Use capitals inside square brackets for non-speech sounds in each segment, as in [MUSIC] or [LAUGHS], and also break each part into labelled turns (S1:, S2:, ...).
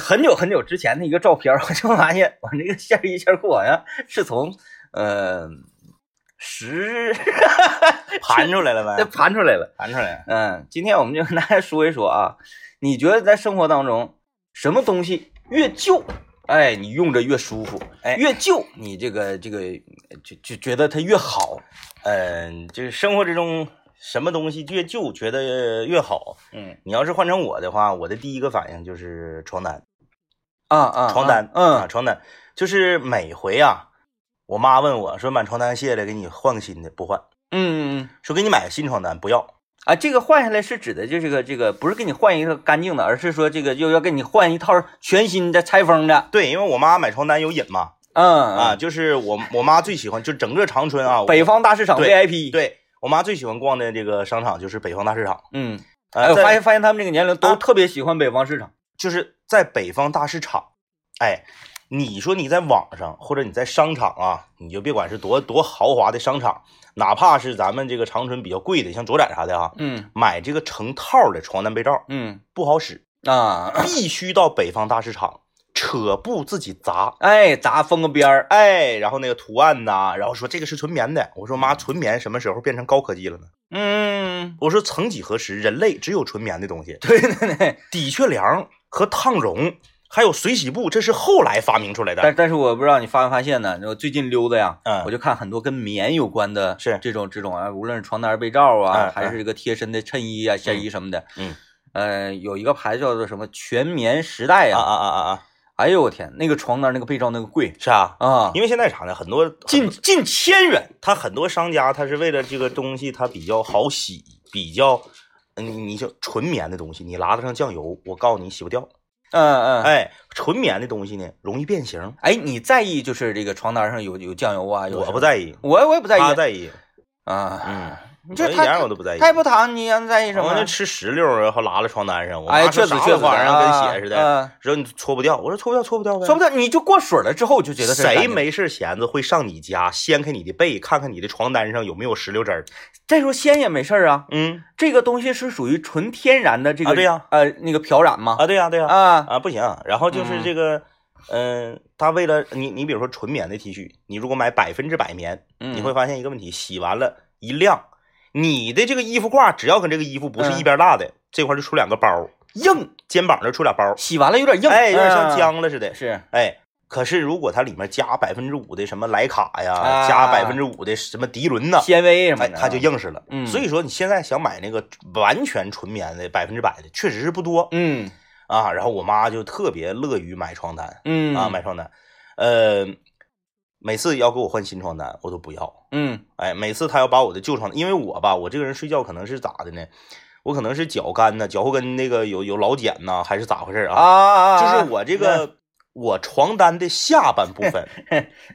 S1: 很久很久之前的一个照片， [LAUGHS] 我就发现我这个线衣线裤好像是从呃
S2: [LAUGHS]
S1: 十
S2: 盘出来了呗，
S1: 盘出来了。
S2: 盘出来。
S1: 嗯，今天我们就跟大家说一说啊，你觉得在生活当中，什么东西越旧，哎，你用着越舒服，
S2: 哎
S1: 越旧你这个这个就就觉得它越好，
S2: 嗯，就是生活之中什么东西越旧觉得越好。
S1: 嗯
S2: 你要是换成我的话，我的第一个反应就是床单，
S1: 啊啊，
S2: 床单，啊，
S1: 嗯
S2: 床单，就是每回啊，我妈问我说把床单卸了，给你换个新的，不换，
S1: 嗯嗯
S2: 说给你买个新床单，不要。
S1: 啊，这个换下来是指的就是个这个不是给你换一个干净的，而是说这个又要给你换一套全新的拆封的，
S2: 对，因为我妈买床单有瘾嘛，
S1: 嗯
S2: 啊，，就是我我妈最喜欢，就整个长春啊，我
S1: 北方大市场
S2: 对
S1: VIP，，
S2: 对我妈最喜欢逛的这个商场就是北方大市场。
S1: 嗯，哎，
S2: 呃，
S1: 我
S2: 在
S1: 发现发现他们这个年龄都
S2: 啊
S1: 特别喜欢北方市场，
S2: 就是在北方大市场，哎，你说你在网上或者你在商场啊，你就别管是多多豪华的商场，哪怕是咱们这个长春比较贵的，像卓展啥的啊，
S1: 嗯
S2: 买这个成套的床单被罩
S1: 嗯
S2: 不好使，
S1: 啊。
S2: 必须到北方大市场扯布自己砸。
S1: 哎，砸封个边儿，
S2: 哎，然后那个图案呐、然后说这个是纯棉的，我说妈，纯棉什么时候变成高科技了呢？
S1: 嗯，
S2: 我说曾几何时，人类只有纯棉的东西，
S1: 对对对，
S2: 的确良和烫绒，还有水洗布，这是后来发明出来的。
S1: 但但是我不知道你发没发现呢，我最近溜达呀，
S2: 嗯
S1: 我就看很多跟棉有关的，
S2: 是
S1: 这种这种啊，无论是床单、被罩啊，
S2: 嗯
S1: 还是这个贴身的衬衣啊、线衣什么的，
S2: 嗯，
S1: 呃，有一个牌子叫做什么全棉时代
S2: 啊
S1: 呀，
S2: 啊啊啊啊！
S1: 哎呦我天，那个床单、那个被罩、那个贵
S2: 是啊，
S1: 啊，
S2: 因为现在啥呢，很多
S1: 近近千元，
S2: 他很多商家他是为了这个东西，它比较好洗，比较，嗯，你就纯棉的东西，你拉得上酱油，我告诉你洗不掉。
S1: 嗯嗯，哎
S2: 哎，纯棉的东西呢，容易变形，
S1: 哎，你在意就是这个床单上有有酱油啊？有
S2: 我
S1: 什
S2: 不
S1: 么，
S2: 在意，
S1: 我我也不在
S2: 他
S1: 意
S2: 在意，
S1: 啊，
S2: 嗯，
S1: 就
S2: 我
S1: 是
S2: 一
S1: 他
S2: 点我都不在意。
S1: 他也不糖，你让他在意什
S2: 我
S1: 么
S2: 那
S1: 呢？
S2: 吃石榴，然后拉在床单上，我
S1: 哎，
S2: 妈
S1: 确
S2: 说
S1: 实
S2: 啥
S1: 确实，
S2: 玩意儿跟血似的，
S1: 嗯，
S2: 说你搓不掉，我说搓不掉，搓不掉呗，
S1: 说不定你就过水了之后就觉得这是干
S2: 谁
S1: 净
S2: 没事闲着会上你家掀开你的被，看看你的床单上有没有石榴汁儿？
S1: 再说鲜也没事儿啊，
S2: 嗯
S1: 这个东西是属于纯天然的这个
S2: 啊对呀
S1: 呃那个漂染嘛
S2: 啊，对呀、对呀、
S1: 啊
S2: 啊，不行。然后就是
S1: 嗯
S2: 这个，嗯、他为了你，你比如说纯棉的 T 恤，你如果买百分之百棉，
S1: 嗯
S2: 你会发现一个问题，洗完了一晾，你的这个衣服挂只要跟这个衣服不是
S1: 嗯
S2: 一边大的，这块就出两个包，
S1: 硬，
S2: 肩膀这出俩包，
S1: 洗完了有点硬，
S2: 哎，有点像
S1: 嗯
S2: 浆了似的。
S1: 是
S2: 哎，可是如果它里面加百分之五的什么莱卡呀，
S1: 啊
S2: 加百分之五的什么涤纶呐，
S1: 纤维什么
S2: 哎，
S1: 的，
S2: 它就硬实了。
S1: 嗯
S2: 所以说你现在想买那个完全纯棉的百分之百的，确实是不多
S1: 嗯
S2: 啊。然后我妈就特别乐于买床单
S1: 嗯
S2: 啊，买床单，呃，每次要给我换新床单，我都不要。
S1: 嗯
S2: 哎，每次她要把我的旧床单，因为我吧，我这个人睡觉可能是咋的呢？我可能是脚干呐，脚后跟那个有有老茧呐，还是咋回事
S1: 啊啊，啊
S2: 就是我这个我床单的下半部
S1: [LAUGHS]
S2: 分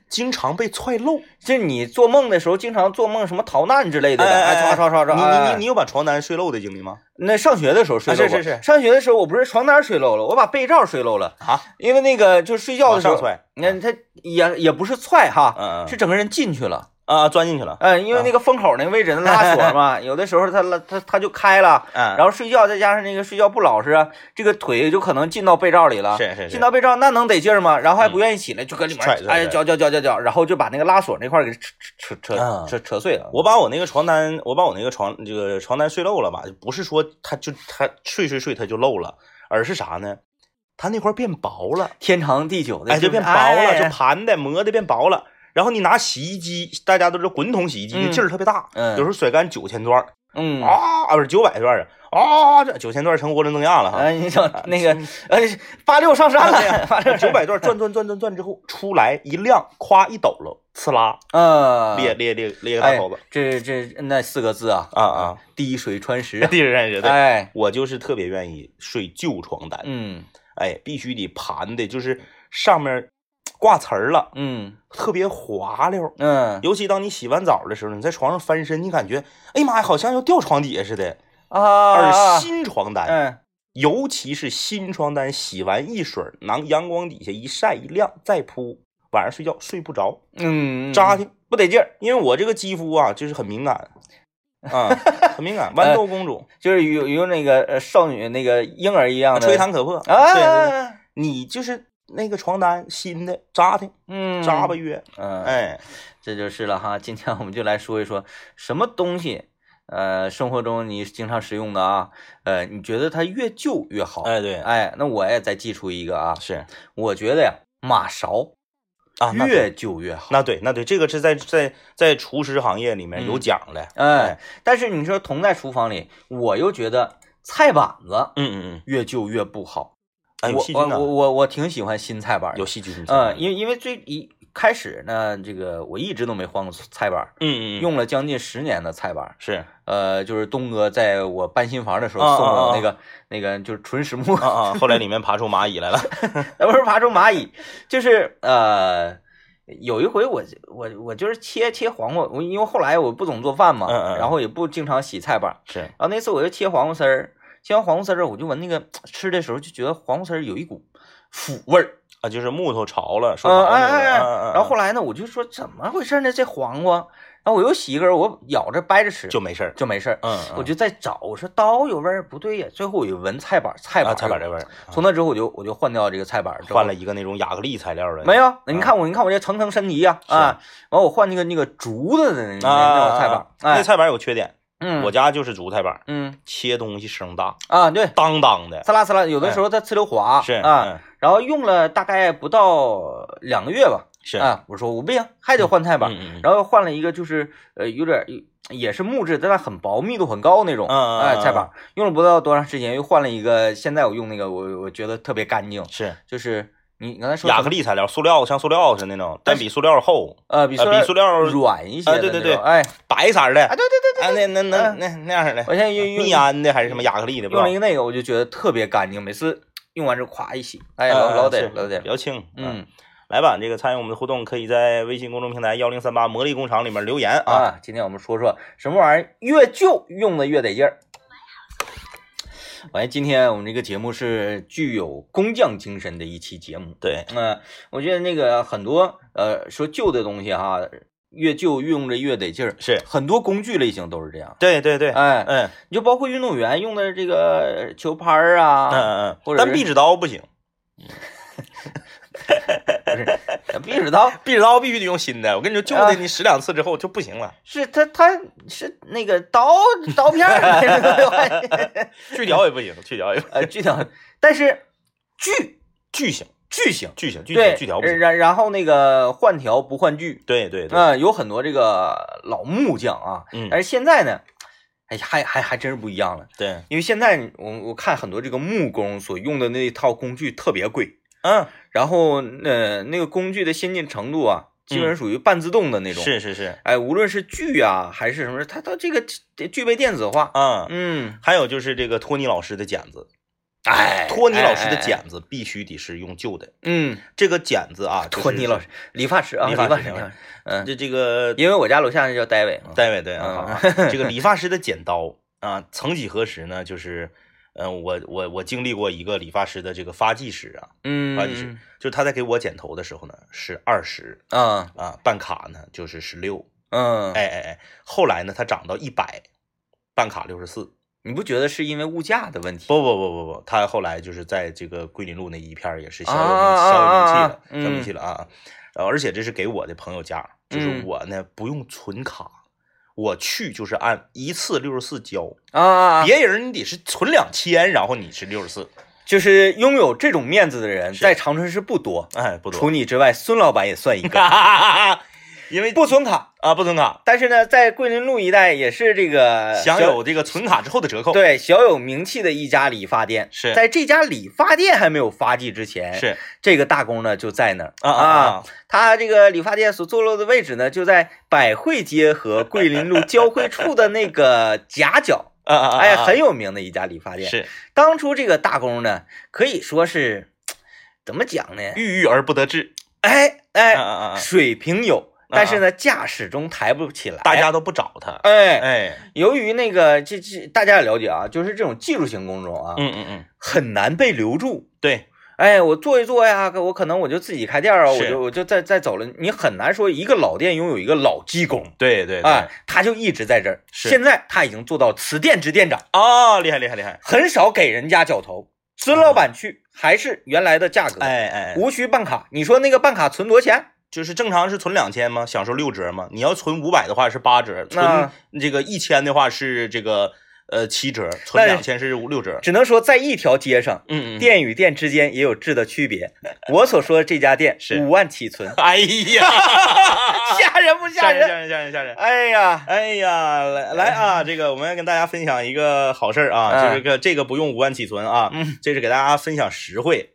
S2: 经常被踹漏。
S1: 就你做梦的时候经常做梦什么逃难之类的，
S2: 哎哎
S1: 哎，
S2: 哎
S1: 刷刷刷刷，
S2: 你你你你有把床单睡漏的经历吗？
S1: 你那上学的时候睡
S2: 啊
S1: 漏
S2: 是
S1: 过，
S2: 是是
S1: 上学的时候我不是床单睡漏了，我把被罩睡漏了，
S2: 啊，
S1: 因为那个就睡觉
S2: 往
S1: 的时
S2: 上
S1: 候，
S2: 踹，嗯
S1: 你看他也也不是踹哈，
S2: 嗯嗯
S1: 是整个人进去了。
S2: 啊，钻进去了。
S1: 嗯，因为那个封口那个位置它拉锁
S2: [LAUGHS]
S1: 嘛，有的时候它拉它它就开了，
S2: 嗯，
S1: 然后睡觉再加上那个睡觉不老实啊，这个腿就可能进到被罩里了。
S2: 是是是
S1: 进到被罩那能得劲儿吗？然后还不愿意起来，就搁里面
S2: 踹踹
S1: 哎
S2: 踹
S1: 搅搅搅搅搅，然后就把那个拉锁那块儿给扯扯扯扯
S2: 嗯
S1: 扯扯碎了。
S2: 我把我那个床单，我把我那个床这个床单睡漏了吧？不是说它就它睡睡睡它就漏了，而是啥呢？它那块儿变薄了，
S1: 天长地久的
S2: 哎，
S1: 是
S2: 就
S1: 不是，
S2: 变薄了，
S1: 哎
S2: 就盘的磨的变薄了。然后你拿洗衣机，大家都知道滚筒洗衣机那
S1: 嗯
S2: 劲儿特别大，
S1: 嗯
S2: 有时候甩干九千转儿
S1: 嗯
S2: 啊，不是九百转儿啊，啊，这九千转儿成涡轮增压了哈，
S1: 哎，你整那个呃
S2: 哎
S1: 八六上山 [LAUGHS] 了，八六
S2: 九百转儿转转转转转之后出来一亮，咵一抖搂，呲啦
S1: [LAUGHS] 嗯，
S2: 裂裂裂裂个大口子
S1: 哎，这这那四个字啊，
S2: 啊 [LAUGHS] 啊！，
S1: 滴水穿石啊
S2: 地人认识 [LAUGHS] 对，
S1: 哎，
S2: 我就是特别愿意睡旧床单，
S1: 嗯
S2: 哎，必须得盘的，就是上面挂词儿了，
S1: 嗯
S2: 特别滑溜。
S1: 嗯
S2: 尤其当你洗完澡的时候，你在床上翻身，你感觉，哎呀妈呀，好像要掉床底下似的。
S1: 啊，
S2: 而
S1: 啊
S2: 新床单，
S1: 嗯
S2: 尤其是新床单，洗完一水儿，拿阳光底下一晒一晾，再铺，晚上睡觉睡不着，
S1: 嗯
S2: 扎
S1: 嗯
S2: 挺不得劲儿。因为我这个肌肤啊，就是很敏感，
S1: [LAUGHS]
S2: 啊，很敏感，豌豆公主，
S1: 就是有有那个呃少女那个婴儿一样的
S2: 吹弹可破，
S1: 啊
S2: 对对对
S1: 啊，
S2: 你就是那个床单新的扎的
S1: 嗯，
S2: 扎吧，约，
S1: 嗯，
S2: 哎，
S1: 这就是了哈。今天我们就来说一说什么东西，呃，生活中你经常使用的啊，呃，你觉得它越旧越好？
S2: 哎对，
S1: 哎，那我也再寄出一个啊，
S2: 是
S1: 我觉得呀，马勺
S2: 啊，那对
S1: 越旧越好。
S2: 那对那对，这个是在在在厨师行业里面有
S1: 嗯
S2: 讲的，
S1: 哎，但是你说同在厨房里，我又觉得菜板子
S2: 嗯嗯嗯，
S1: 越旧越不好。
S2: 哎，有
S1: 我
S2: 细
S1: 我
S2: 菌的
S1: 我，我我挺喜欢新菜板儿的
S2: 有，细菌的，
S1: 嗯，
S2: 为
S1: 因为因为最一开始呢，这个我一直都没换过菜板儿，
S2: 嗯嗯嗯
S1: 用了将近十年的菜板儿。
S2: 是 [LAUGHS] 啊
S1: 呃，就是东哥在我搬新房的时候
S2: 啊
S1: 送
S2: 啊
S1: 我
S2: 啊
S1: 那个、那个就是纯实木，
S2: 啊，后来里面爬出蚂蚁 [LAUGHS] 来了，
S1: 呃， [LAUGHS] 不是爬出蚂蚁，就是呃，有一回我我我就是切切黄瓜，我因为后来我不总做饭嘛，
S2: 嗯嗯嗯
S1: 然后也不经常洗菜板儿，
S2: 是
S1: 然后那次我就切黄瓜丝儿，切完黄瓜丝儿我就闻那个吃的时候就觉得黄瓜丝儿有一股腐味儿，
S2: 啊，就是木头潮了，说
S1: 呃
S2: 潮
S1: 哎
S2: 那
S1: 哎
S2: 个，
S1: 哎，
S2: 嗯嗯嗯
S1: 然后后来呢我就说怎么回事呢这黄瓜，然后我又洗一根儿，我咬着掰着吃
S2: 就没事儿，
S1: 就没事儿，
S2: 嗯，
S1: 我
S2: 嗯
S1: 就在找，我说刀有味儿不对呀，最后我就闻菜板儿菜板儿
S2: 啊菜板这味儿，啊
S1: 从那之后我就我就换掉这个菜板儿之后，
S2: 换了一个那种亚克力材料的，
S1: 没有？你看我，你看我这层层升级啊
S2: 是
S1: 啊！完我换那个那个竹子的那
S2: 啊
S1: 那那种菜板儿，
S2: 那
S1: 哎，
S2: 菜板有缺点，
S1: 嗯，
S2: 我家就是竹菜板，
S1: 嗯
S2: 切东西声大，
S1: 啊，对，
S2: 当当的，
S1: 呲啦呲啦，有的时候它呲溜滑
S2: 哎是
S1: 啊，，
S2: 嗯
S1: 然后用了大概不到两个月吧，
S2: 是，
S1: 啊，我说我不行，还得换菜板儿，
S2: 嗯嗯嗯
S1: 然后又换了一个就是呃有点也是木质，但它很薄，密度很高那种，
S2: 嗯嗯嗯
S1: 哎，
S2: 嗯
S1: 菜板儿用了不到多长时间，又换了一个，现在我用那个我我觉得特别干净，
S2: 是
S1: 就是你你刚才说
S2: 亚
S1: 什么
S2: 克力材料，塑料像塑料似的那种，但比塑料厚，
S1: 呃比
S2: 呃
S1: 塑料
S2: 比塑料
S1: 软一些
S2: 哎
S1: 的
S2: 对
S1: 那
S2: 对对
S1: 种哎
S2: 白色儿的，
S1: 啊对对对对，
S2: 啊，哎那那那
S1: 嗯
S2: 那那样儿的
S1: 我，现在用用
S2: 密安的还是什么亚克力的，不知
S1: 用
S2: 道
S1: 了一，个那个，我就觉得特别干净，每次用完之后咵一洗，哎
S2: 嗯
S1: 老
S2: 嗯
S1: 老得
S2: 是
S1: 老得
S2: 比，较轻，
S1: 嗯
S2: 来吧，这个参与我们的互动，可以在微信公众平台幺零三八魔力工厂里面留言啊。
S1: 啊，今天我们说说什么玩意儿越旧用的越得劲儿。完，今天我们这个节目是具有工匠精神的一期节目。
S2: 对，
S1: 嗯、我觉得那个很多呃说旧的东西哈，越旧用着越得劲儿，
S2: 是，
S1: 很多工具类型都是这样。
S2: 对对对，
S1: 哎，
S2: 嗯
S1: 你就包括运动员用的这个球拍儿啊，
S2: 嗯嗯
S1: 或者
S2: 嗯，但
S1: 是
S2: 壁纸刀不行，
S1: 壁纸呃刀，
S2: 壁纸刀必须得用新的。我跟你说，旧
S1: 啊
S2: 的你使两次之后就不行了，
S1: 是它它是那个刀刀片儿那种
S2: [LAUGHS] 锯条也不行，锯条也不
S1: [LAUGHS] 呃锯条，但是锯
S2: 锯型，
S1: 锯型，
S2: 锯型，锯
S1: 对
S2: 型，锯条不行。
S1: 然然后那个换条不换锯，
S2: 对对对，
S1: 啊、有很多这个老木匠啊，
S2: 嗯
S1: 但是现在呢，哎呀，还还还真是不一样了，
S2: 对，
S1: 因为现在我我看很多这个木工所用的那套工具特别贵，
S2: 嗯，
S1: 然后呃那个工具的先进程度啊，基本上属于半自动的那种，
S2: 嗯是是是，
S1: 哎，无论是锯啊还是什么，它它这个具具备电子化，
S2: 嗯。
S1: 嗯，
S2: 还有就是这个托尼老师的剪子，
S1: 哎，
S2: 托尼老师的
S1: 哎，哎哎
S2: 剪子必须得是用旧的。
S1: 嗯，
S2: 这个剪子啊，就是
S1: 托尼老师，理发师啊，
S2: 理
S1: 理
S2: 发
S1: 发
S2: 师
S1: 师，
S2: 理
S1: 理
S2: 发
S1: 发
S2: 师
S1: 师嗯，
S2: 这这个
S1: 因为我家楼下那叫戴伟嘛，
S2: 戴伟对
S1: 嗯 [LAUGHS]
S2: 啊，好好这个理发师的剪刀啊，曾几何时呢，就是，嗯、我我我经历过一个理发师的这个发髻师啊，
S1: 嗯，
S2: 发髻师就是他在给我剪头的时候呢是二十
S1: 啊，
S2: 啊，办卡呢就是十六，
S1: 嗯，
S2: 哎哎哎，后来呢他涨到一百，办卡六十四，
S1: 你不觉得是因为物价的问题？
S2: 不不不不不，他后来就是在这个桂林路那一片儿也是消
S1: 啊
S2: 名消名
S1: 啊
S2: 气
S1: 啊
S2: 了，消
S1: 嗯
S2: 名气了啊！呃，而且这是给我的朋友家，就是
S1: 嗯
S2: 我呢不用存卡，我去就是按一次六十四交，
S1: 啊啊，啊
S2: 别人你得是存两千，然后你是六十四，
S1: 就是拥有这种面子的人，
S2: 是
S1: 在长春市不多，
S2: 哎，不
S1: 除
S2: 多，啊
S1: 你之外，孙老板也算一个，
S2: 因
S1: [LAUGHS]
S2: 为
S1: 不存卡。
S2: 啊不存卡，
S1: 但是呢，在桂林路一带也是这个
S2: 享
S1: 呃小
S2: 有这个存卡之后的折扣，
S1: 对小有名气的一家理发店。
S2: 是
S1: 在这家理发店还没有发迹之前，
S2: 是
S1: 这个大工呢就在那儿
S2: 啊啊啊，
S1: 他这个理发店所坐落的位置呢，就在百汇街和桂林路交汇处的那个夹角，
S2: 啊 [LAUGHS] 啊啊，
S1: 哎，
S2: 啊
S1: 很有名的一家理发店。
S2: 是
S1: 当初这个大工呢，可以说是怎么讲呢？
S2: 郁郁而不得志，
S1: 哎
S2: 啊
S1: 哎，
S2: 啊啊，啊
S1: 水平有，
S2: 啊
S1: 但是呢，架始终抬不起来。
S2: 大家都不找他，
S1: 哎，
S2: 哎，
S1: 由于那个这这大家也了解啊，就是这种技术型工种啊，
S2: 嗯嗯嗯，
S1: 很难被留住。
S2: 对，
S1: 哎，我做一做呀，我可能我就自己开店啊，我
S2: 是
S1: 就我就再再走了。你很难说一个老店拥有一个老技工，
S2: 对对对，
S1: 哎，他就一直在这儿。
S2: 是
S1: 现在他已经做到此店之店长，
S2: 哦啊，厉害厉害厉害！
S1: 很少给人家绞头。孙老
S2: 啊
S1: 板去还是原来的价格，
S2: 哎哎，
S1: 无需办卡。你说那个办卡存多少钱？
S2: 就是正常是存两千吗？享受六折吗？你要存五百的话是八折，存
S1: 那
S2: 这个一千的话是这个呃七折，存两
S1: 但
S2: 千是六折。
S1: 只能说在一条街上，
S2: 嗯嗯， [LAUGHS]
S1: 店与店之间也有质的区别。 [LAUGHS] 我所说的这家店
S2: 是
S1: 五万起存，
S2: [LAUGHS] 哎呀，
S1: 吓人不 [LAUGHS] 吓
S2: 吓人
S1: 人？
S2: 吓人吓人吓人！
S1: 哎呀，
S2: [LAUGHS] 哎呀，来来
S1: 哎
S2: 啊，这个我们要跟大家分享一个好事儿啊，
S1: 嗯
S2: 就是个这个不用五万起存啊，
S1: 嗯
S2: 这是给大家分享实惠，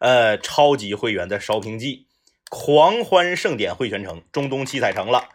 S2: 呃，超级会员的烧瓶季，狂欢盛典汇泉城中东七彩城了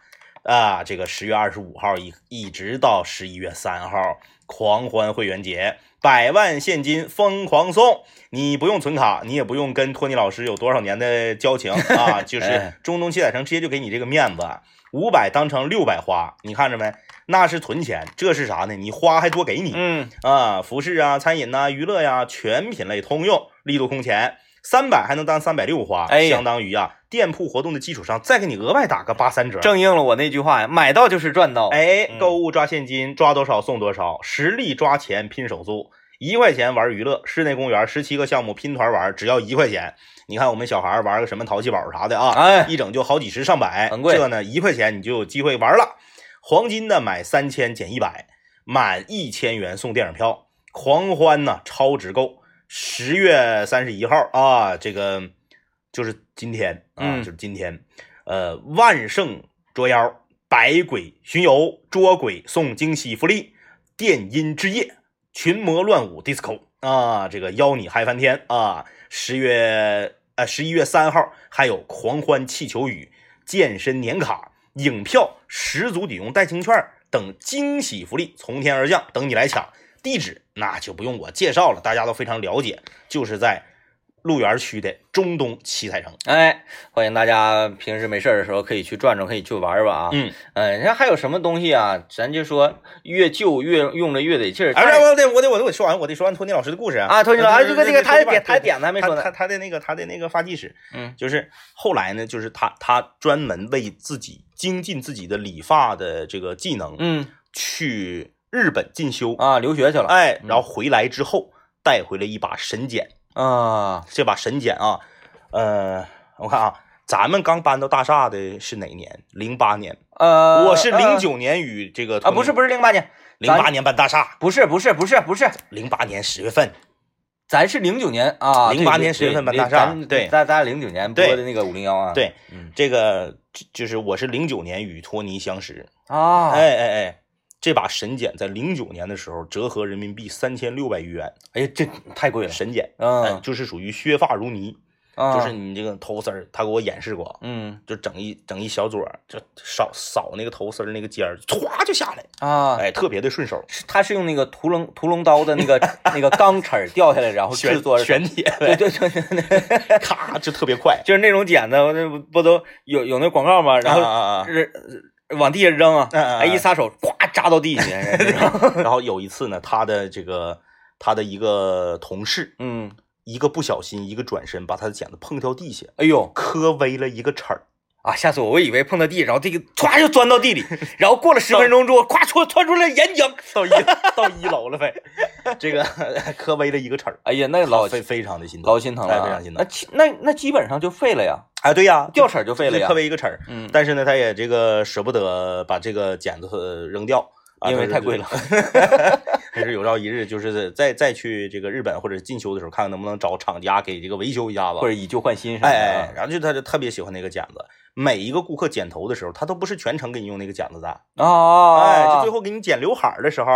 S2: 啊，这个十月二十五号一一直到十一月三号，狂欢会员节，百万现金疯狂送，你不用存卡，你也不用跟托尼老师有多少年的交情
S1: [LAUGHS]
S2: 啊，就是
S1: 哎
S2: 中东七彩城直接就给你这个面子，啊五百当成六百花，你看着没？那是存钱，这是啥呢？你花还多给你，
S1: 嗯，
S2: 啊，服饰啊、餐饮呐、娱乐呀、全品类通用，力度空前。三百还能当三百六花，
S1: 哎呀
S2: 相当于啊，店铺活动的基础上再给你额外打个八三折。
S1: 正应了我那句话呀，买到就是赚到。，
S2: 哎，
S1: 嗯
S2: 购物抓现金，抓多少送多少，实力抓钱拼手速，一块钱玩娱乐，室内公园十七个项目拼团玩，只要一块钱。你看我们小孩儿玩个什么淘气堡啥的啊，
S1: 哎
S2: 一整就好几十上百，
S1: 很贵
S2: 这呢一块钱你就有机会玩了。黄金呢买三千减一百，满一千元送电影票，狂欢呢超值购。十月三十一号啊，这个就是今天啊，
S1: 嗯
S2: 就是今天，呃，万圣捉妖，百鬼巡游，捉鬼送惊喜福利，电音之夜，群魔乱舞 disco 啊，这个邀你嗨翻天啊！十月呃十一月三号还有狂欢气球雨、健身年卡、影票、十足抵用代金券等惊喜福利从天而降，等你来抢。地址那就不用我介绍了，大家都非常了解，就是在路园区的中东七彩城。
S1: 哎，欢迎大家平时没事儿的时候可以去转转，可以去玩玩啊。
S2: 嗯，
S1: 嗯，人家还有什么东西啊？咱就说越旧越用着越得劲儿。
S2: 哎，我得我得我得我得说完，我得说完托尼老师的故事啊。
S1: 啊，托尼老师，
S2: 嗯
S1: 这个这个，他的点他的
S2: 对
S1: 点子还没
S2: 他
S1: 说呢
S2: 他。他的那个他的那个发迹史，
S1: 嗯
S2: 就是后来呢，就是他他专门为自己精进自己的理发的这个技能，
S1: 嗯
S2: 去日本进修，
S1: 啊，留学去了。
S2: 哎，然后回来之后带回了一把神剪，
S1: 啊，
S2: 这把神剪啊，呃，我看啊，咱们刚搬到大厦的是哪年？零八年，
S1: 呃，
S2: 我是零
S1: 呃
S2: 九年与这个
S1: 啊，不是不是零八年，
S2: 零八
S1: 咱
S2: 年搬大厦，
S1: 不是不是不是不是，
S2: 零八年十月份，
S1: 咱是零九年啊，
S2: 08
S1: 对
S2: 年10月份搬大厦对
S1: 咱咱零九年播
S2: 对
S1: 的那个五零幺啊，
S2: 对，
S1: 嗯
S2: 这个就就是我是零九年与托尼相识，
S1: 啊，
S2: 哎哎哎，这把神剪在零九年的时候折合人民币三千六百余元，
S1: 哎呀，这太贵了，
S2: 神剪，嗯哎
S1: 嗯，
S2: 就是属于削发如泥，
S1: 啊
S2: 就是你这个头丝儿，他给我演示过，
S1: 嗯
S2: 就整一整一小撮儿，就扫扫那个头丝儿那个尖儿，歘就下来，
S1: 啊，
S2: 哎，特别的顺手，
S1: 是他是用那个屠龙屠龙刀的那
S2: [LAUGHS]
S1: 个那个钢齿儿掉下来，然后制
S2: 旋
S1: 哦作的，
S2: 旋铁
S1: 对
S2: 呗，
S1: 对对对
S2: [LAUGHS]
S1: 对，
S2: 咔就特别快，
S1: 就是那种剪子，那不不都有有那广告吗？ [LAUGHS] 然后
S2: 啊啊啊
S1: 是往地下扔啊，
S2: 嗯嗯嗯
S1: 哎，一撒手，咵扎到地下，是吧
S2: 然后有一次呢，他的这个他的一个同事。
S1: [LAUGHS] 嗯，
S2: 一个不小心，一个转身，把他的剪子碰掉地下，
S1: 哎呦
S2: 磕歪了一个齿儿。
S1: 啊，吓死我！我以为碰到地，然后这个歘就钻到
S2: [LAUGHS]
S1: 地里，然后过了十分钟之后，咵窜窜出来眼睛，
S2: 到一到一楼了呗，这个 [LAUGHS] 磕歪了一个齿儿，
S1: 哎呀，那老
S2: 非非常的心
S1: 老
S2: 疼。
S1: 心疼
S2: 哎
S1: 了，
S2: 非常心
S1: 啊那
S2: 疼
S1: 基那那基本上就废了呀，
S2: 哎，对呀，
S1: 掉齿儿就废了
S2: 就
S1: 呀
S2: 磕。歪一个齿儿。
S1: 嗯，
S2: 但是呢，他也这个舍不得把这个剪子呃扔掉，啊
S1: 因为
S2: 他
S1: 太贵了。
S2: [LAUGHS] 还是有朝一日，就是 [LAUGHS] 再再去这个日本或者进修的时候，看看能不能找厂家给这个维修一下子
S1: 或。者以旧换新什么
S2: 哎
S1: 的
S2: 哎，哎
S1: 啊。
S2: 然后就他就特别喜欢那个剪子，每一个顾客剪头的时候，他都不是全程给你用那个剪子的，
S1: 哦，
S2: 哎，就最后给你剪刘海儿的时候，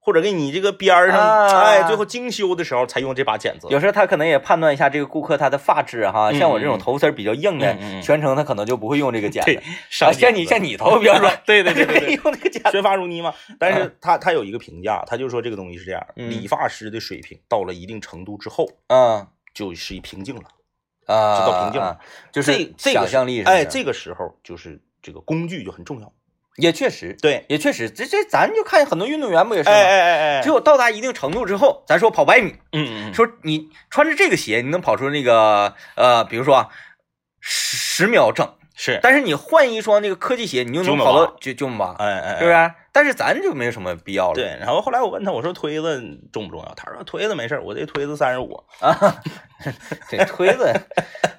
S2: 或者给你这个边儿上，
S1: 啊
S2: 哎，最后精修的时候才用这把剪子。
S1: 哦有时候他可能也判断一下这个顾客他的发质哈，
S2: 嗯
S1: 像我这种
S2: 嗯
S1: 头丝儿比较硬的
S2: 嗯嗯嗯，
S1: 全程他可能就不会用这个剪
S2: 对
S1: 子。
S2: 上
S1: 啊，
S2: 剪
S1: 像
S2: 子，
S1: 你像你头比较软
S2: [LAUGHS] 对对对
S1: 就
S2: 对
S1: 没
S2: 对，
S1: 用那个
S2: [LAUGHS]
S1: 剪子。
S2: 削发如泥嘛。但是他他有一个评价，他就说这个东西是这样儿，
S1: 嗯
S2: 理发师的水平到了一定程度之后，
S1: 嗯
S2: 就是一瓶颈了。
S1: 啊，
S2: 就到瓶颈了
S1: 啊，就是
S2: 这这个
S1: 想象力
S2: 时
S1: 是
S2: 候
S1: 不
S2: 哎，
S1: 是
S2: 这个时候就是这个工具就很重要。
S1: 也确实，
S2: 对，
S1: 也确实，这这咱就看很多运动员不也是
S2: 哎
S1: 吗？
S2: 哎哎哎，
S1: 只有到达一定程度之后，咱说跑百米，
S2: 嗯嗯嗯，
S1: 说你穿着这个鞋，你能跑出那个呃，比如说啊十十秒整，
S2: 是，
S1: 但是你换一双那个科技鞋，你就
S2: 9
S1: 能
S2: 秒
S1: 跑到
S2: 八
S1: 九九米八，
S2: 哎哎，
S1: 是不是？啊但是咱就没有什么必要了。
S2: 对，然后后来我问他，我说推子重不重要？他说推子没事儿，我这推子三十
S1: [LAUGHS]
S2: 五，
S1: 啊，对，推
S2: [LAUGHS]
S1: 子，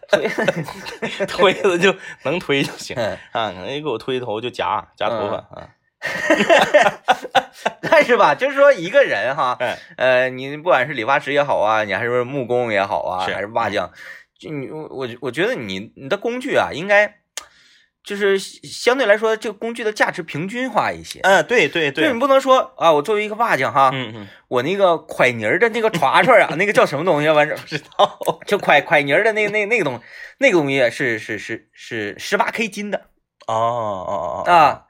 S1: 推子，
S2: 推子就能推就
S1: [LAUGHS]
S2: 行
S1: 嗯
S2: 啊，可能给我推头就夹夹头发啊，
S1: 但是吧，就是说一个人哈，
S2: 哎，
S1: 呃，你不管是理发师也好啊，你还是木工也好啊，
S2: 是嗯
S1: 还是瓦匠，就你我我我觉得你你的工具啊，应该就是相对来说，这个工具的价值平均化一些。
S2: 嗯，对对
S1: 就
S2: 对
S1: 你，不能说啊，我作为一个瓦匠哈，
S2: 嗯嗯，
S1: 我那个蒯泥儿的那个镯镯啊，那个叫什么东西啊？完整
S2: 不知道，
S1: 就蒯蒯泥儿的那个那那个东西，那个东西是是是是十八 K 金的。
S2: 哦哦哦哦，
S1: 啊，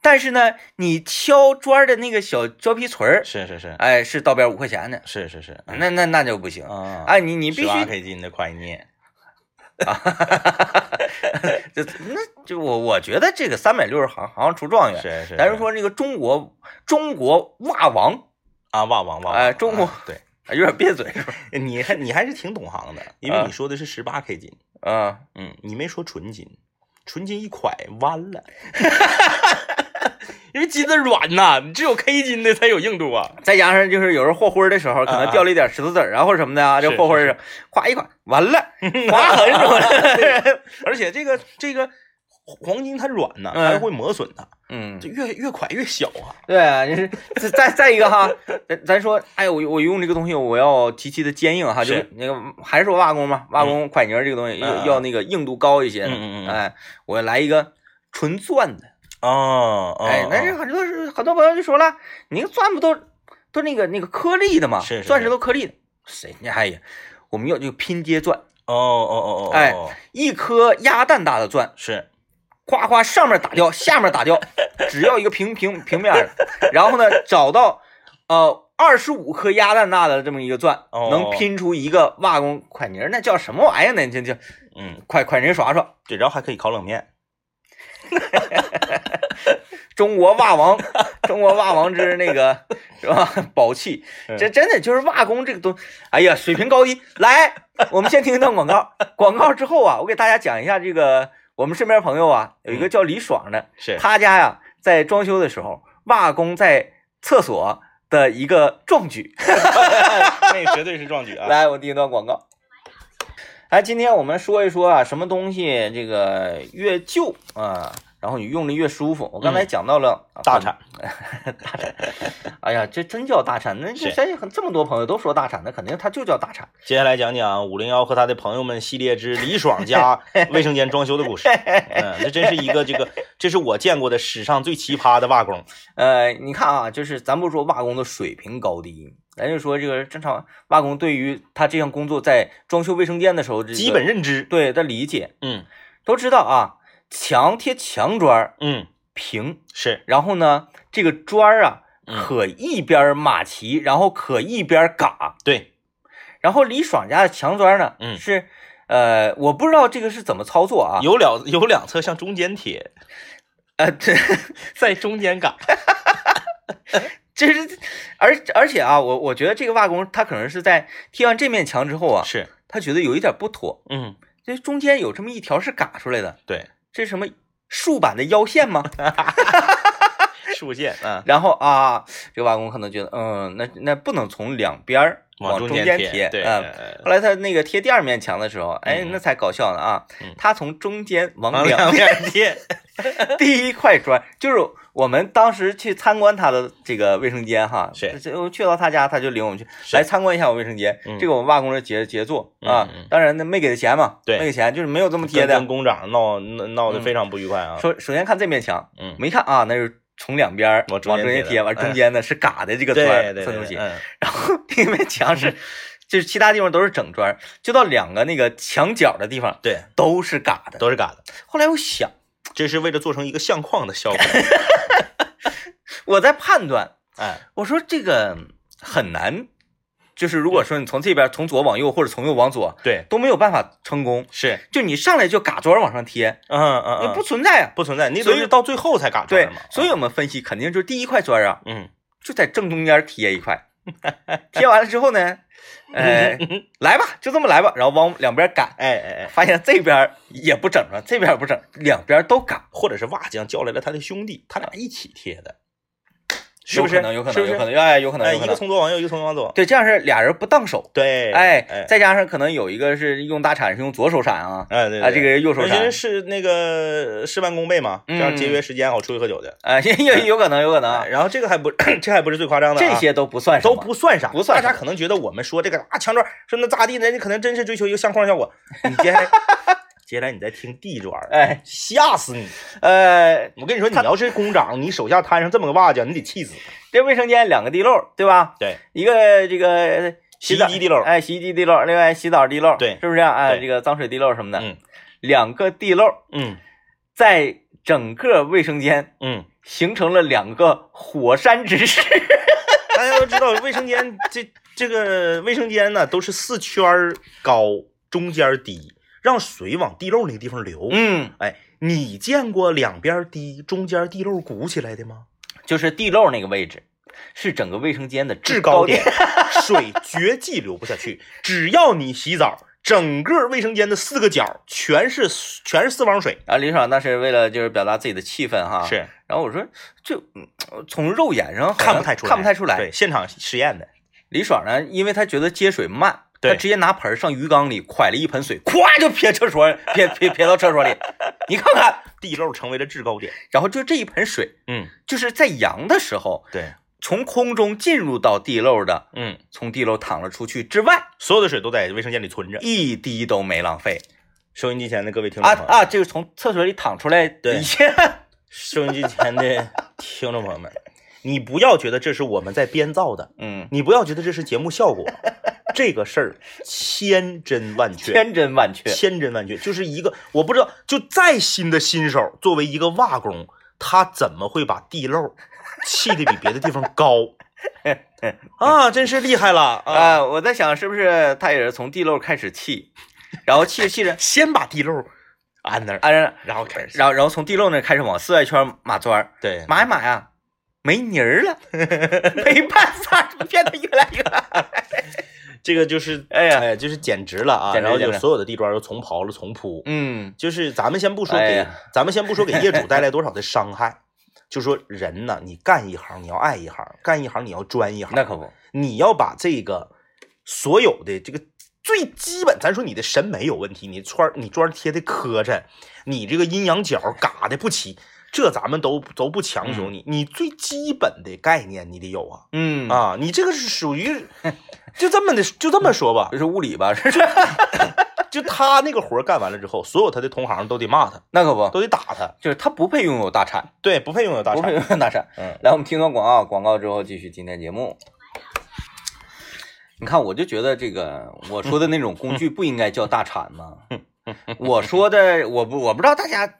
S1: 但是呢，你敲砖儿的那个小胶皮锤儿，
S2: 是是是
S1: 哎，是倒边五块钱的，
S2: 是是是，嗯
S1: 那那那就不行。
S2: 啊
S1: 啊，你你必
S2: 18
S1: 须，
S2: K 金的快捏，
S1: 这那就我我觉得这个三百六十行行出状元。
S2: 是是，
S1: 咱就说这个中国中国袜王，
S2: 啊，哇王哇，
S1: 哎中国
S2: 啊对。
S1: 哎
S2: [LAUGHS]
S1: 有点别嘴是吧？
S2: 你还你还是挺懂行的，因为
S1: 啊
S2: 你说的是十八 K 金，
S1: 啊，
S2: 嗯，你没说纯金，纯金一蒯弯 [LAUGHS] 了，因为金子软呐、你只有 K 金的才有硬度 [LAUGHS] 啊。
S1: 再加上就是有时候和灰儿的时候，可
S2: 啊
S1: 能
S2: 啊
S1: 掉了一点石头子儿啊，或者什么的啊，就是和灰儿
S2: 是
S1: 的时候，咵一垮，完
S2: [LAUGHS]
S1: 了，划痕是吧？
S2: 而且这个这个黄金它软呐、
S1: 嗯
S2: 它还会磨损呐、
S1: 嗯
S2: 就，越越蒯越小啊。
S1: 对啊，就是再再再一个哈，咱咱说，哎，我我用这个东西，我要极其的坚硬哈，
S2: 是
S1: 就是那个还是说瓦工嘛，瓦工蒯泥儿这个东西要、
S2: 嗯嗯
S1: 要那个硬度高一些，
S2: 嗯嗯嗯嗯
S1: 哎，我来一个纯钻的，
S2: 哦，
S1: 哎，那这很多是很多朋友就说了，你那个钻不都都那个那个颗粒的嘛，
S2: 是是是
S1: 钻石都颗粒的，谁家哎呀，我们要就拼接钻，
S2: 哦哦哦哦，
S1: 哎，一颗鸭蛋大的钻，
S2: 是
S1: 夸夸上面打掉，下面打掉，只要一个平平平面儿，然后呢，找到呃二十五颗鸭蛋大的这么一个钻，
S2: 哦
S1: 能拼出一个瓦工蒯泥儿，那叫什么玩意儿呢？这这
S2: 嗯，
S1: 蒯蒯泥儿耍耍，
S2: 对，然后还可以烤冷面。
S1: 中国瓦王， [LAUGHS] 中国瓦王之那个是吧？宝器，
S2: 嗯
S1: 这真的就是瓦工这个东，哎呀，水平高低。来，我们先听一段广告，广告之后啊，我给大家讲一下这个我们身边朋友啊，有一
S2: 嗯
S1: 个叫李爽的。
S2: 是
S1: 他家呀，在装修的时候，瓦工在厕所的一个壮举。
S2: 那绝对是壮举 [LAUGHS] 啊！
S1: 来，我第一段广告。哎，今天我们说一说啊，什么东西这个越旧啊，然后你用着越舒服。我刚才讲到了、啊
S2: 嗯大产，
S1: 哎呀，这真叫大产。那这
S2: 是
S1: 谁很这么多朋友都说大产，那肯定它就叫大产。
S2: 接下来讲讲五零幺和他的朋友们系列之李爽
S1: [LAUGHS]
S2: 家卫生间装修的故事。嗯，这真是一个这个，这是我见过的史上最奇葩的瓦工。
S1: 呃，你看啊，就是咱不说瓦工的水平高低，咱就说这个正常瓦工对于他这项工作在装修卫生间的时候，这个
S2: 基本认知。
S1: 对的理解。
S2: 嗯
S1: 都知道啊，墙贴墙砖儿
S2: 嗯，
S1: 平，
S2: 是
S1: 然后呢，这个砖儿啊
S2: 嗯
S1: 可一边儿码齐，然后可一边儿嘎。
S2: 对，
S1: 然后李爽家的墙砖呢，
S2: 嗯
S1: 是呃，我不知道这个是怎么操作啊，
S2: 有两有两侧向中间
S1: [LAUGHS]
S2: 贴，
S1: 呃，这
S2: 在中间嘎。
S1: 这是，而而且啊，我我觉得这个瓦工他可能是在贴完这面墙之后啊，
S2: 是，
S1: 他觉得有一点不妥，
S2: 嗯，
S1: 这中间有这么一条是嘎出来的，
S2: 对，
S1: 这是什么竖版的腰线吗？
S2: 竖线啊，
S1: 然后啊，这个瓦工可能觉得，嗯，那那不能从两边儿往
S2: 中
S1: 间
S2: 贴，对，
S1: 嗯。
S2: 呃
S1: 后来他那个贴第二面墙的时候，哎，
S2: 嗯
S1: 那才搞笑呢啊！
S2: 嗯
S1: 他从中间往
S2: 往
S1: 两
S2: 两边贴，
S1: 第一块砖，就是我们当时去参观他的这个卫生间哈，
S2: 是
S1: 就去到他家，他就领我们去
S2: 是
S1: 来参观一下我卫生间。
S2: 嗯
S1: 这个我们瓦工是杰杰作啊
S2: 嗯嗯，
S1: 当然呢没给他钱嘛，
S2: 对
S1: 没给钱就是没有这么贴
S2: 跟
S1: 的
S2: 跟。工长闹闹闹得非常不愉快啊。
S1: 首首先看这面墙，
S2: 嗯，
S1: 没看啊，那是从两边儿往
S2: 往
S1: 中
S2: 中
S1: 间
S2: 间贴的
S1: 贴，完
S2: 哎
S1: 中间呢是嘎的这个
S2: 对
S1: 砖
S2: 对
S1: 分出
S2: 对，
S1: 去，
S2: 嗯，
S1: 然后因为墙是，就是其他地方都是整砖，就到两个那个墙角的地方
S2: 对，
S1: 都是嘎的。
S2: 都是嘎的。
S1: 后来我想，
S2: 这是为了做成一个相框
S1: [LAUGHS]
S2: 的效果。
S1: 我在判断，
S2: 哎，
S1: 我说这个很难，就是如
S2: 嗯
S1: 果说你从这边从左往右或者从右往左
S2: 对，
S1: 都没有办法成功，
S2: 是，
S1: 就你上来就嘎砖往上贴，
S2: 嗯嗯
S1: 那
S2: 嗯，
S1: 不存在啊。
S2: 不存在，那
S1: 所
S2: 都
S1: 以
S2: 是到最后才嘎出来
S1: 对
S2: 嘛。，
S1: 所以我们分析肯定就是第一块砖啊，
S2: 嗯，
S1: 就在正中间贴一块， [LAUGHS] 贴完了之后
S2: [LAUGHS]
S1: 呢，呃，来吧，就这么来吧，然后往两边赶，
S2: 哎哎哎，
S1: 发现这边也不整了，这边也不整，两边都嘎。
S2: 或者是瓦匠叫来了他的兄弟，他俩一起贴的。
S1: 是不是？
S2: 有可能有可能
S1: 是不是
S2: 有可能
S1: 哎，有可能，
S2: 哎，
S1: 有可
S2: 一个
S1: 能
S2: 从左往右，一个从左往左，
S1: 对，这样是俩人不当手，
S2: 对，
S1: 哎
S2: 哎，，
S1: 再加上可能有一个是用大铲，是用左手铲啊，
S2: 哎，对，
S1: 啊，这个人右手
S2: 我觉得
S1: 铲，
S2: 是那个事半功倍嘛，这样节约时间，好出去喝酒去。
S1: 哎， [LAUGHS] 也也有可能，有可能
S2: 嗯啊，
S1: 啊，
S2: 然后这个还不，这还不是最夸张的啊，
S1: 这些都不算什
S2: 都
S1: 么，
S2: 不算啥，
S1: 不算
S2: 大
S1: 啥
S2: 家可能觉得我们说这个啊墙砖说那咋地，人家可能真是追求一个相框效果。你接下来， [LAUGHS] 接下来你再听地砖，
S1: 哎，
S2: 吓死你！
S1: 呃，
S2: 我跟你说，你要是工长，你手下摊上这么个袜脚，你得气死。
S1: 这卫生间两个地漏，对吧？
S2: 对，
S1: 一个这个洗
S2: 洗衣
S1: 澡
S2: 机地漏
S1: 哎，洗衣机地漏，另外洗澡地漏，
S2: 对
S1: 是不是啊？哎，
S2: 对
S1: 这个脏水地漏什么的，
S2: 嗯
S1: 两个地漏
S2: 嗯
S1: 在整个卫生间
S2: 嗯，
S1: 形成了两个火山之势，
S2: [LAUGHS] 大家都知道，卫生间这这个卫生间呢，都是四圈儿高，中间儿低，让水往地漏那个地方流。
S1: 嗯，
S2: 哎，你见过两边低，中间地漏鼓起来的吗？
S1: 就是地漏那个位置。是整个卫生间的
S2: 制
S1: 高
S2: 高点， [LAUGHS] 水绝技流不下去。只要你洗澡，整个卫生间的四个角全是全是四方水。啊
S1: 啊，李爽当时为了就是表达自己的气愤哈，。
S2: 是
S1: 然后我说，就嗯从肉眼上好像
S2: 看不太出来，
S1: 看不太出来
S2: 对，。现场实验的，
S1: 李爽呢，因为他觉得接水慢，
S2: 对
S1: 他直接拿盆儿上鱼缸里蒯了一盆水，咵就撇厕所，撇撇撇到厕所里。 [LAUGHS] 你看看，
S2: 地漏成为了制高点。
S1: 然后就这一盆水，
S2: 嗯，
S1: 就是在扬的时候，
S2: 对，
S1: 从空中进入到地漏的，
S2: 嗯，
S1: 从地漏淌了出去之外，
S2: 所有的水都在卫生间里存着。
S1: 一滴都没浪费
S2: 收音机前的各位听
S1: 啊
S2: 众朋友，
S1: 啊！这个从厕所里淌出来，
S2: 对
S1: 一切
S2: [LAUGHS]
S1: [LAUGHS]
S2: 收音机前的听众朋友们，你不要觉得这是我们在编造的，
S1: 嗯，
S2: 你不要觉得这是节目效果， [LAUGHS] 这个事儿千真万确，
S1: 千真万确。
S2: 千真万确，就是一个我不知道，就再新的新手，作为一个瓦工，他怎么会把地漏砌的比别的地方高 [LAUGHS] 啊？真是厉害了啊！，
S1: 啊、我在想是不是他也是从地漏开始砌， [LAUGHS] 然后砌着砌着
S2: 先把地漏安那儿，
S1: 安上，
S2: 然后开始
S1: 然后然后从地漏那开始往四外圈码砖儿，
S2: 对
S1: 码呀码呀，啊没泥儿了， [LAUGHS] 没办法，怎么变得越来越……
S2: 这个就是
S1: 哎呀
S2: 呀，就是简直了啊！
S1: 简直
S2: 然后就
S1: 简直
S2: 所有的地砖都重刨了、重铺，
S1: 嗯，
S2: 就是咱们先不说
S1: 哎
S2: 给，
S1: 呀
S2: 咱们先不说给业主带来多少的伤害，就说人呢，你干一行你要爱一行，干一行你要专一行，
S1: 那可不，
S2: 你要把这个所有的这个最基本，咱说你的审美有问题，你圈儿你砖贴的磕碜，你这个阴阳角嘎的不齐，这咱们都都不强求你，你最基本的概念你得有啊、
S1: 嗯，
S2: 啊！你这个是属于 [LAUGHS] 就这么的，就这么说吧
S1: [LAUGHS] 这，是物理吧？是
S2: 就他那个活儿干完了之后，所有他的同行都得骂他，
S1: 那可不，
S2: 都得打他，
S1: 就是他不配拥有大铲，
S2: 对，不配拥有大
S1: 不配
S2: 厂。
S1: 拥有 [LAUGHS] 大铲。
S2: 嗯
S1: 来，我们听段广告，广告之后继续今天节目。你看，我就觉得这个我说的那种工具不应该叫大铲
S2: [LAUGHS]
S1: 吗？我说的，我不我不知道大家，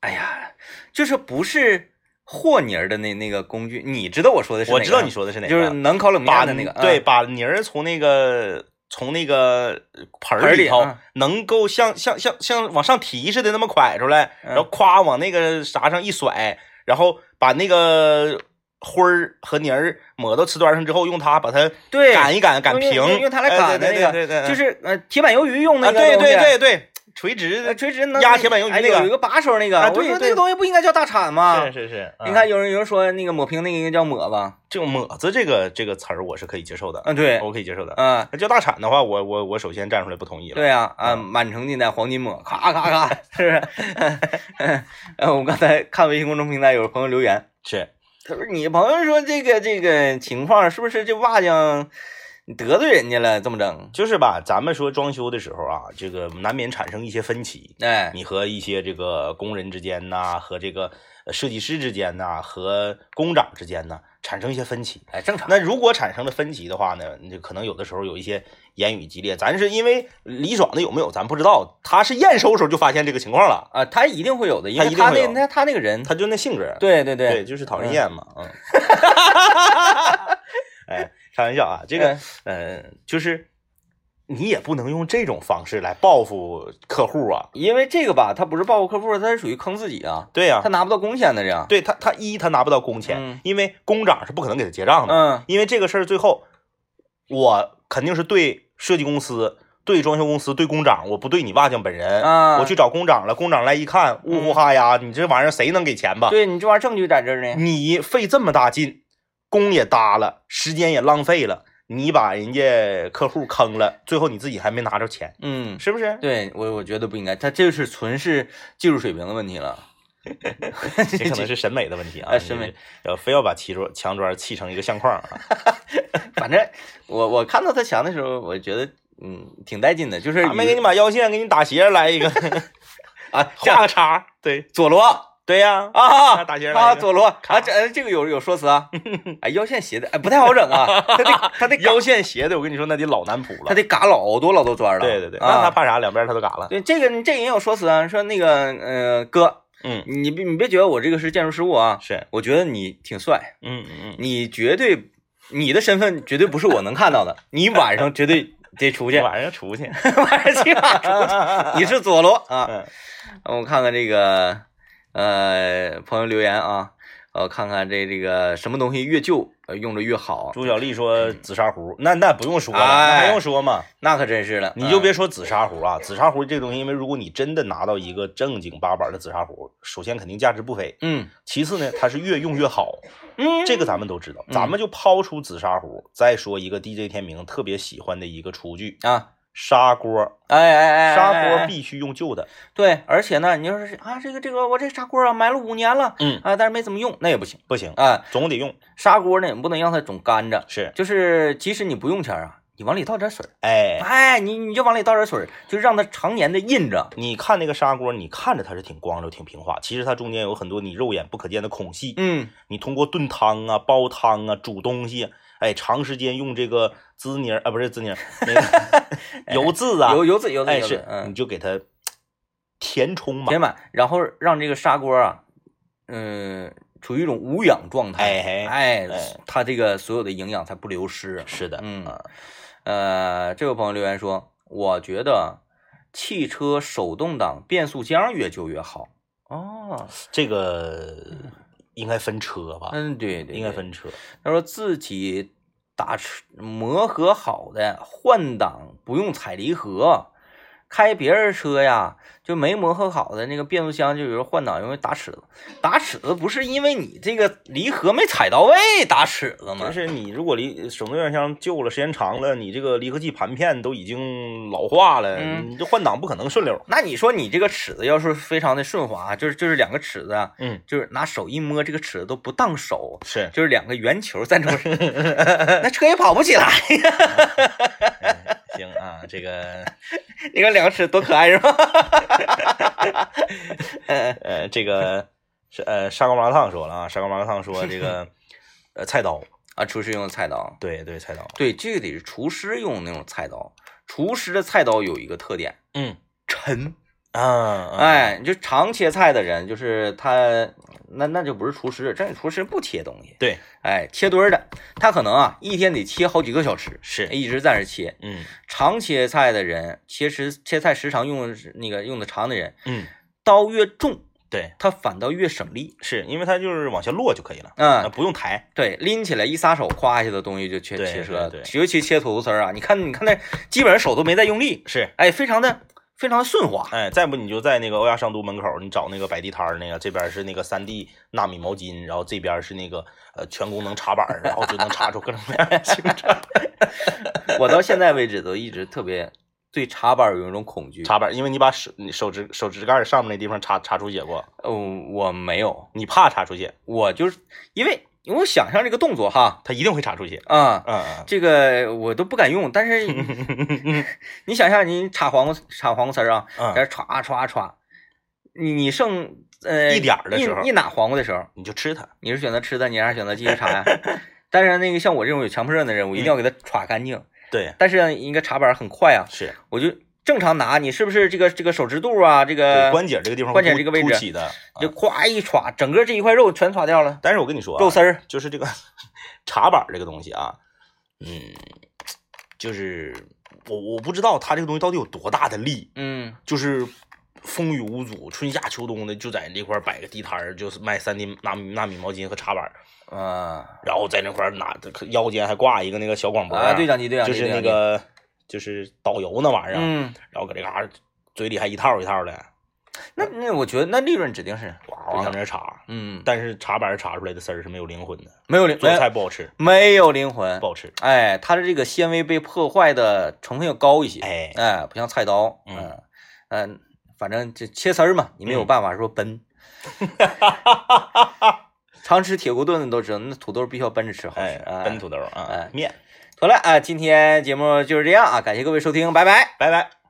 S1: 哎呀，就是不是和泥儿的那那个工具，你知道我说的是哪
S2: 我
S1: 个？
S2: 知道你说的是哪个，
S1: 就是能烤冷面
S2: 把
S1: 的那个，
S2: 对，
S1: 嗯，
S2: 把泥儿从那个从那个盆
S1: 盆
S2: 儿
S1: 儿
S2: 里
S1: 里
S2: 头
S1: 啊，
S2: 能够像像像像往上提似的那么蒯出来，
S1: 嗯
S2: 然后夸往那个啥上一甩，然后把那个灰儿和泥儿抹到瓷砖上之后，用它把它
S1: 对，
S2: 擀一擀，擀平，
S1: 用用用它来
S2: 哎
S1: 擀的
S2: 对
S1: 那
S2: 对
S1: 个，
S2: 对对对，
S1: 就是呃铁板鱿鱼用那
S2: 啊，
S1: 个
S2: 对
S1: 东西
S2: 对对对，垂
S1: 呃
S2: 直
S1: 垂直能
S2: 压铁板鱿鱼
S1: 哎
S2: 那个
S1: 有一个把手那个，
S2: 啊
S1: 我
S2: 对
S1: 说
S2: 对
S1: 那个东西不应该叫大铲吗？
S2: 的，是是是，
S1: 你
S2: 啊
S1: 看，有人有人说那个抹平那个应该叫抹吧？
S2: 这个抹子这个这个词儿我是可以接受的，
S1: 嗯，对，
S2: 我可以接受的。
S1: 嗯，
S2: 那叫大铲的话，我我我首先站出来不同意了。
S1: 对呀，
S2: 嗯
S1: 啊，满城尽带黄金抹，咔咔咔，是不是？ [LAUGHS] 呃，我刚才看微信公众平台有朋友留言，
S2: 是，
S1: 他说你朋友说这个这个情况是不是这瓦匠得罪人家了？这么整？
S2: 就是吧，咱们说装修的时候啊，这个难免产生一些分歧，
S1: 哎，
S2: 你和一些这个工人之间呐、和这个呃设计师之间呐、和工长之间呐、产生一些分歧。
S1: 哎，正常。
S2: 那如果产生了分歧的话呢，那可能有的时候有一些言语激烈。咱是因为李爽的有没有咱不知道，他是验收时候就发现这个情况了，
S1: 啊，他一定会有的，因
S2: 他
S1: 为
S2: 一定
S1: 他
S2: 会有
S1: 那他他那个人，
S2: 他就那性格，
S1: 对对对，
S2: 就是讨人厌嘛，嗯。哎，开玩笑啊，这
S1: 这
S2: 个呃，就是你也不能用这种方式来报复客户啊。
S1: 因为这个吧，他不是报复客户，他是属于坑自己啊，
S2: 对呀、
S1: 他拿不到工钱的这样。
S2: 对他，他一他拿不到工钱，
S1: 嗯
S2: 因为工长是不可能给他结账的。
S1: 嗯，
S2: 因为这个事儿最后，我肯定是对设计公司、对装修公司、对工长，我不对你瓦匠本人。
S1: 啊嗯
S2: 我去找工长了，工长来一看，呜呼哈呀，你这玩意儿谁能给钱吧？
S1: 对你这玩意儿证据在这儿呢。
S2: 你费这么大劲，工也搭了，时间也浪费了，你把人家客户坑了，最后你自己还没拿着钱，
S1: 嗯，
S2: 是不 [LAUGHS] 是？
S1: 对我我觉得不应该，他这是纯是技术水平的问题
S2: [LAUGHS]
S1: 了。
S2: 这可能是审美的问题啊，
S1: 哎审美
S2: 就是要非要把砌砖墙砖砌成一个相框啊，
S1: 反正我我看到他墙的时候，我觉得嗯挺带劲的，就是
S2: 他没
S1: 与
S2: 给你买腰线，给你打斜来 [LAUGHS] 一个，
S1: 啊，这
S2: 画
S1: 样
S2: 个叉，对
S1: 佐罗
S2: 对呀，
S1: 啊，
S2: 打斜来一个
S1: 啊，佐罗
S2: 咔
S1: 啊，这呃这个有有说辞
S2: [LAUGHS]
S1: 啊，哎，腰线斜的哎不太好整啊，他得他得
S2: 腰线斜的，我跟你说那得老难谱
S1: 他
S2: 了，
S1: 得嘎老多老多砖了，
S2: 对对对，那
S1: 啊
S2: 他怕啥？两边他都嘎了，
S1: 对这个这个也有说辞啊，说那个呃哥，
S2: 嗯，
S1: 你别你别觉得我这个是建筑失误啊，
S2: 是，
S1: 我觉得你挺帅，
S2: 嗯嗯嗯，
S1: 你绝对你的身份绝对不是我能看到的，你晚上绝对得出
S2: [LAUGHS]
S1: 去，
S2: 晚上出去，
S1: 晚上起码出去，你是佐罗啊。
S2: 嗯
S1: 我看看这个呃朋友留言啊，呃看看这这个什么东西越旧呃用着越好，
S2: [LAUGHS] 朱小丽说紫砂壶，那那不用说了，
S1: 哎
S2: 那还用说吗？
S1: 那可真是了，
S2: 你就别
S1: 嗯
S2: 说紫砂壶啊，紫砂壶这东西，因为如果你真的拿到一个正经八板的紫砂壶，首先肯定价值不菲，
S1: 嗯
S2: 其次呢，它是越用越好，
S1: [LAUGHS] 嗯
S2: 这个咱们都知道。
S1: 嗯
S2: 咱们就抛出紫砂壶，再说一个 DJ 天明特别喜欢的一个厨具
S1: 啊。
S2: ——砂锅。
S1: 哎哎哎，哎
S2: 砂锅
S1: 哎
S2: 必须用旧的，
S1: 对，而且呢，你要是啊，这个这个我这砂锅啊，埋了五年了，
S2: 嗯，
S1: 啊，但是没怎么用，那也不行
S2: 不行，
S1: 啊。
S2: 总得用。
S1: 砂锅呢，也不能让它总干着，
S2: 是，
S1: 就是即使你不用钱啊，你往里倒点水儿，
S2: 哎，
S1: 哎，你你就往里倒点水儿，就让它常年的印着。
S2: 你看那个砂锅，你看着它是挺光溜、挺平滑，其实它中间有很多你肉眼不可见的孔隙。
S1: 嗯，
S2: 你通过炖汤啊、煲汤啊、煮东西，哎，长时间用这个滋泥儿啊，不是滋泥儿，那 [LAUGHS] 个油渍啊，
S1: 有有籽有籽
S2: 哎
S1: 有籽
S2: 是，，你
S1: 嗯，
S2: 就给它填充
S1: 填
S2: 满，
S1: 满，然后让这个砂锅啊，嗯，处于一种无氧状态，
S2: 哎
S1: 哎
S2: 哎，
S1: 它这个所有的营养才不流失。
S2: 是的，
S1: 嗯
S2: 啊，
S1: 呃，这位朋友留言说，我觉得汽车手动挡变速箱越旧越好。哦，
S2: 这个应该分车吧，
S1: 嗯，对对，
S2: 啊应该
S1: 对。
S2: 分车，嗯
S1: 他说自己打车磨合好的换挡不用踩离合，开别人车呀就没磨合好的那个变速箱就有人换挡容易打齿子，打齿子不是因为你这个离合没踩到位打齿子
S2: 就
S1: 吗？
S2: 是你如果离手动变速箱旧了，时间长了，你这个离合器盘片都已经老化了，
S1: 嗯
S2: 你这换挡不可能顺溜儿，
S1: 那你说你这个齿子要是非常的顺滑，就是就是两个齿子啊，
S2: 嗯，
S1: 就是拿手一摸这个齿子都不当手，
S2: 是，
S1: 就是两个圆球在中间， [LAUGHS] 那车也跑不起来呀。
S2: 行啊，这个。
S1: 你看两个齿多可爱是吧？ [LAUGHS]
S2: 呃，这个是呃砂锅麻辣烫说了啊，砂锅麻辣烫说这 [LAUGHS] 个呃菜刀，
S1: 啊，厨师用的菜刀。
S2: 对对菜刀，
S1: 对，这个得是厨师用那种菜刀。厨师的菜刀有一个特点，
S2: 嗯
S1: 沉。
S2: 啊，
S1: 哎，你就常切菜的人，就是他，那那就不是厨师，正经厨师不切东西，
S2: 对
S1: 哎，切墩儿的，他可能啊一天得切好几个小时，
S2: 是，
S1: 一直在那切。
S2: 嗯
S1: 常切菜的人，切时切菜时长用的那个用的长的人，
S2: 嗯
S1: 刀越重，
S2: 对，
S1: 他反倒越省力。
S2: 是因为它就是往下落就可以了，啊
S1: 嗯，
S2: 不用抬，
S1: 对，拎起来一撒手，咵一下子东西就切
S2: 对
S1: 切折
S2: 对
S1: 了，
S2: 对
S1: 尤其切土豆丝儿啊，你看你看那基本上手都没在用力，
S2: 是。
S1: 哎，非常的非常的顺
S2: [LAUGHS]
S1: 滑。
S2: 哎，再不你就在那个欧亚商都门口儿，你找那个摆地摊儿那个，这边儿是那个三 D 纳米毛巾，然后这边儿是那个呃全功能插板儿，然后就能插出各种各样的形 [LAUGHS] 状。
S1: 我到现在为止都一直特别对插板有一种恐惧。
S2: 插板儿，因为你把手你手指手指盖儿上面那地方插插出血过，
S1: 嗯、我没有，
S2: 你怕插出血，
S1: 我就是因为因为我想象这个动作哈
S2: 它一定会插出血。
S1: 啊、
S2: 嗯嗯，
S1: 这个我都不敢用。但
S2: [LAUGHS]
S1: 是你想象你插黄瓜插黄瓜丝儿啊，
S2: 嗯
S1: 在这歘歘歘，你你剩呃
S2: 一点儿的时候
S1: 一一拿黄瓜的时候，
S2: 你就吃它。
S1: 你是选择吃它，你还是选择继续插
S2: [LAUGHS]
S1: 呀？但是那个像我这种有强迫症的人，我一定要
S2: 嗯
S1: 给它歘干净。
S2: 对，
S1: 但是呢应该插板很快啊，
S2: 是
S1: 我就正常拿，你是不是这个这个手指肚啊，这个
S2: 对关节这个地方
S1: 关节
S2: 凸
S1: 这个位置
S2: 凸起的。啊
S1: 就咵一歘，整个这一块肉全歘掉了，
S2: 但是我跟你说、
S1: 肉
S2: 啊，
S1: 丝儿，
S2: 就是这个茶板这个东西啊，嗯，就是我我不知道它这个东西到底有多大的力，
S1: 嗯，
S2: 就是风雨无阻，春夏秋冬的就在那块儿摆个地摊儿，就是卖三 D 纳米纳米毛巾和茶板儿，
S1: 啊
S2: 然后在那块儿拿腰间还挂一个那个小广播、
S1: 啊，对讲机对讲
S2: 就
S1: 机，
S2: 是那
S1: 对讲机，
S2: 个就是导游那玩意儿，啊
S1: 嗯，
S2: 然后搁这嘎儿嘴里还一套一套的。
S1: 那那我觉得那利润指定是
S2: 哇就
S1: 啊
S2: 上，那儿查，
S1: 嗯，
S2: 但是茶板查出来的丝儿是没有灵魂的，
S1: 没有灵，
S2: 做
S1: 没
S2: 菜不好吃，
S1: 没有灵魂
S2: 不，好吃。
S1: 哎，它的这个纤维被破坏的成分要高一些，
S2: 哎，
S1: 哎，不像菜刀，
S2: 嗯
S1: 嗯嗯，反正这切丝儿嘛，你没有
S2: 嗯
S1: 办法说
S2: [LAUGHS]
S1: 崩。常吃铁锅炖的都知道，那土豆必须要奔着吃好吃。
S2: 哎，
S1: 哎
S2: 奔土豆啊
S1: 哎，
S2: 面，
S1: 好了啊，今天节目就是这样啊，感谢各位收听，拜拜。
S2: 拜拜。